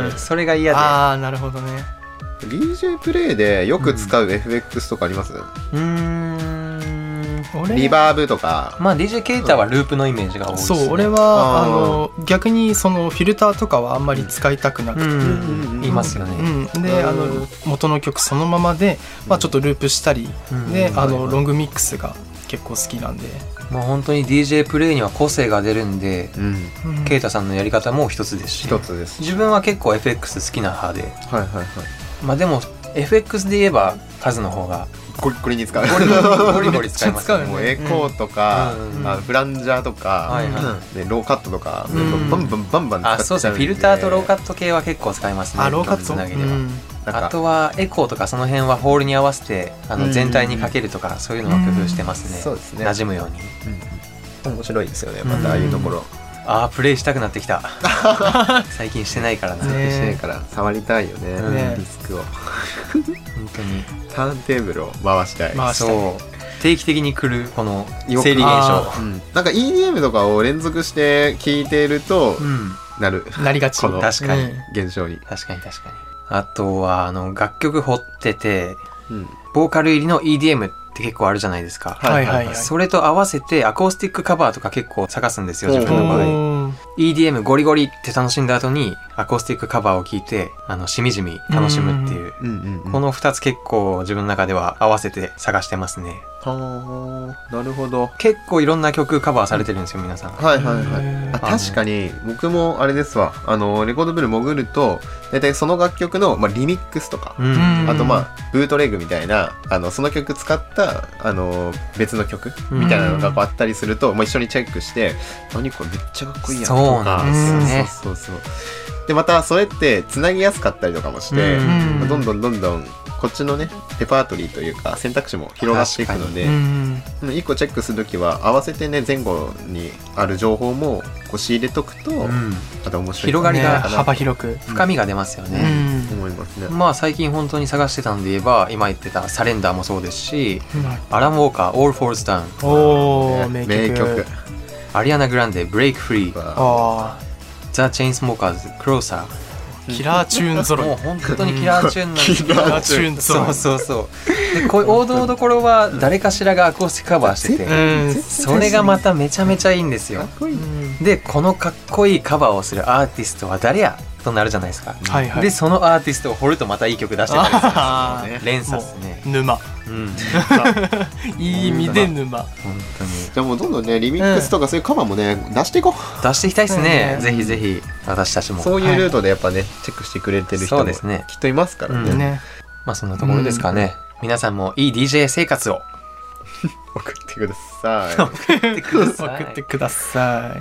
[SPEAKER 2] ん
[SPEAKER 1] それが嫌で
[SPEAKER 2] あーなるほどね
[SPEAKER 3] DJ プレイでよく使う FX とかあります、
[SPEAKER 1] うーん
[SPEAKER 2] 俺
[SPEAKER 3] リバーブとか。
[SPEAKER 1] まあ DJ ケイターはループのイメージが多いです、
[SPEAKER 2] そ
[SPEAKER 1] ね、
[SPEAKER 2] う俺は
[SPEAKER 3] あ
[SPEAKER 2] あ
[SPEAKER 3] ー
[SPEAKER 2] の逆にそのフィルターとかはあんまり使いたくなくて、
[SPEAKER 1] うん
[SPEAKER 3] うん
[SPEAKER 1] 言いますよ
[SPEAKER 2] う
[SPEAKER 1] ね、
[SPEAKER 2] ん、であの元の曲そのままで、まあ、ちょっとループしたり、
[SPEAKER 1] うん
[SPEAKER 2] であ
[SPEAKER 3] はい
[SPEAKER 2] の
[SPEAKER 3] はい
[SPEAKER 2] ロングミックスが結構好きなんで、
[SPEAKER 1] まあ本当に DJ プレイには個性が出るんで、
[SPEAKER 3] うん。
[SPEAKER 2] うん
[SPEAKER 1] ケイタさんのやり方も一つですし
[SPEAKER 3] 一つです。
[SPEAKER 1] 自分は結構 FX 好きな派で
[SPEAKER 3] はいはいはい。
[SPEAKER 1] まあでも FX で言えば数の方が
[SPEAKER 3] ゴリゴリに使う。
[SPEAKER 1] ゴ リゴリゴリゴリ使いますね
[SPEAKER 2] めっちゃ使うよね
[SPEAKER 3] もうエコーとか、
[SPEAKER 1] うん
[SPEAKER 3] あフランジャーとか、
[SPEAKER 1] はいは
[SPEAKER 3] でローカットとか、
[SPEAKER 2] うん
[SPEAKER 3] バンバンバンバン使っちゃ
[SPEAKER 1] あそうですねフィルターとローカ
[SPEAKER 3] ッ
[SPEAKER 1] ット系は結構使いますね
[SPEAKER 2] あローカッ
[SPEAKER 1] つ
[SPEAKER 2] ト、
[SPEAKER 1] なぎでは、
[SPEAKER 2] うん
[SPEAKER 3] ト
[SPEAKER 1] あとはエコーとかその辺はホールに合わせてあ
[SPEAKER 3] う
[SPEAKER 1] の
[SPEAKER 3] ん
[SPEAKER 1] 全体にかけるとかそういうのは工夫してますね、
[SPEAKER 3] そうですね
[SPEAKER 1] 馴染むように
[SPEAKER 3] 面白いですよねまたああいうところ、
[SPEAKER 1] ああプレイしたくなっ てきた最近してないからな、
[SPEAKER 2] ね
[SPEAKER 3] してないから触りたいよね、
[SPEAKER 1] ね
[SPEAKER 3] ディスクを
[SPEAKER 1] 本当に
[SPEAKER 3] ターンテーブルを回したい、
[SPEAKER 2] 回したい
[SPEAKER 1] そう定期的に来るこの
[SPEAKER 3] よく
[SPEAKER 1] 生理現
[SPEAKER 2] あ
[SPEAKER 1] 象
[SPEAKER 2] ー
[SPEAKER 3] うんなんか EDM とかを連続して聴いていると、
[SPEAKER 1] うん
[SPEAKER 3] なる
[SPEAKER 2] なりがち
[SPEAKER 3] この
[SPEAKER 1] 確かに
[SPEAKER 2] うん
[SPEAKER 3] 現象に、
[SPEAKER 1] 確かに確かにあとはあの楽曲掘ってて
[SPEAKER 3] うん
[SPEAKER 1] ボーカル入りの EDM って結構あるじゃないですか、
[SPEAKER 2] はいはいはい
[SPEAKER 1] それと合わせてアコースティックカバーとか結構探すんですよ
[SPEAKER 3] おー
[SPEAKER 1] 自分の場合
[SPEAKER 2] おー
[SPEAKER 1] EDM ゴリゴリって楽しんだ後にアコースティックカバーを聴いてあのしみじみ楽しむっていう
[SPEAKER 3] うんうんうん
[SPEAKER 1] この2つ結構自分の中では合わせて探してますね
[SPEAKER 3] はあなるほど
[SPEAKER 1] 結構いろんな曲カバーされてるんですよ皆さん
[SPEAKER 3] はいはいは
[SPEAKER 2] へ
[SPEAKER 3] い
[SPEAKER 2] ー
[SPEAKER 3] あ確かに僕もあれですわあのレコードブル潜ると大体その楽曲の、まあ、リミックスとか、
[SPEAKER 1] うん、
[SPEAKER 2] うん
[SPEAKER 3] あとまあブートレグみたいなあのその曲使ったあの別の曲
[SPEAKER 1] うん
[SPEAKER 3] みたいなのがこうあったりすると、もう一緒にチェックして「何これめっちゃかっこいいやん」とか
[SPEAKER 1] そうなんですね
[SPEAKER 3] そうそうそうそうでまたそれってつなぎやすかったりとかもして、
[SPEAKER 2] うん
[SPEAKER 3] どんどんどんどんこっちのねレパートリーというか選択肢も広がっていくので
[SPEAKER 2] う、ん
[SPEAKER 3] うん一個チェックするときは合わせてね前後にある情報もこう仕入れとくと、
[SPEAKER 1] うん
[SPEAKER 3] また面白い
[SPEAKER 1] 広がり
[SPEAKER 2] ね、
[SPEAKER 1] が
[SPEAKER 2] 幅広く、
[SPEAKER 1] 深みが出ますよ
[SPEAKER 2] う
[SPEAKER 1] ね、
[SPEAKER 2] ん
[SPEAKER 3] 思いますね、
[SPEAKER 1] まあ最近本当に探してたんで言えば今言ってた「サレンダー」もそうですしアラン・ウォーカー「All Falls Down
[SPEAKER 2] おお、
[SPEAKER 3] ね
[SPEAKER 2] 名曲
[SPEAKER 1] アリアナ・グランデ「ブレイク・フリー」
[SPEAKER 3] わ
[SPEAKER 2] あ
[SPEAKER 1] 「ザ・チェインスモーカーズ」「クローサ
[SPEAKER 2] ーキラーチューンゾ
[SPEAKER 1] ー」も
[SPEAKER 2] ロ
[SPEAKER 1] う本当にキラーチュー ンなんです
[SPEAKER 3] キ
[SPEAKER 1] け
[SPEAKER 3] ラ
[SPEAKER 1] ど
[SPEAKER 3] ー
[SPEAKER 2] チューンゾロ
[SPEAKER 1] そうそうそうでこういう王道どころは誰かしらがアコースティックカバーして
[SPEAKER 2] う
[SPEAKER 1] て
[SPEAKER 2] ん
[SPEAKER 1] それがまためちゃめちゃいいんですよでこのかっこいいカバーをするアーティストは誰やとなるじゃないですか、
[SPEAKER 2] はいはい
[SPEAKER 1] でそのアーティストを掘るとまたいい曲出してたりするんです よ
[SPEAKER 2] あ
[SPEAKER 3] ね
[SPEAKER 2] ー
[SPEAKER 1] 連鎖ですね
[SPEAKER 2] 沼
[SPEAKER 1] うん
[SPEAKER 2] いい意味で沼
[SPEAKER 1] 本当に
[SPEAKER 3] じゃあもうどんどんねリミックスとかそういうカバーもね出していこう
[SPEAKER 1] 出していきたいですね、
[SPEAKER 2] うん
[SPEAKER 1] ぜひぜひ私たちも
[SPEAKER 3] そういうルートでやっぱねチェックしてくれてる人
[SPEAKER 1] そう
[SPEAKER 3] も
[SPEAKER 1] ですね
[SPEAKER 3] きっといますからね,、
[SPEAKER 1] うん
[SPEAKER 2] ね
[SPEAKER 1] まあそんなところですかね、皆さんもいい DJ 生活を
[SPEAKER 3] 送ってくださ
[SPEAKER 1] 送ってくだ
[SPEAKER 2] 送
[SPEAKER 1] さい
[SPEAKER 2] ってください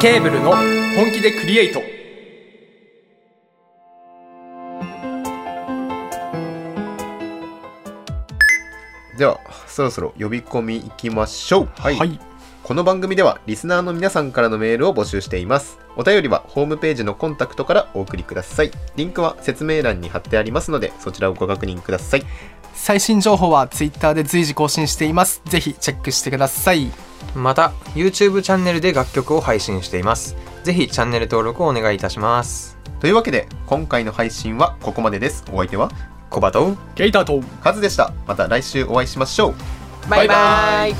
[SPEAKER 2] ケーブルの本気でクリエイト
[SPEAKER 3] いではそろそろ呼び込みいきましょうはい、
[SPEAKER 2] はい
[SPEAKER 3] この番組ではリスナーの皆さんからのメールを募集していますお便りはホームページのコンタクトからお送りくださいリンクは説明欄に貼ってありますのでそちらをご確認ください
[SPEAKER 2] 最新情報はツイッターで随時更新していますぜひチェックしてください
[SPEAKER 1] また YouTube チャンネルで楽曲を配信していますぜひチャンネル登録をお願いいたします
[SPEAKER 3] というわけで今回の配信はここまでですお相手は
[SPEAKER 1] コバと
[SPEAKER 2] ゲイターと
[SPEAKER 3] カズでしたまた来週お会いしましょう
[SPEAKER 1] バイバイ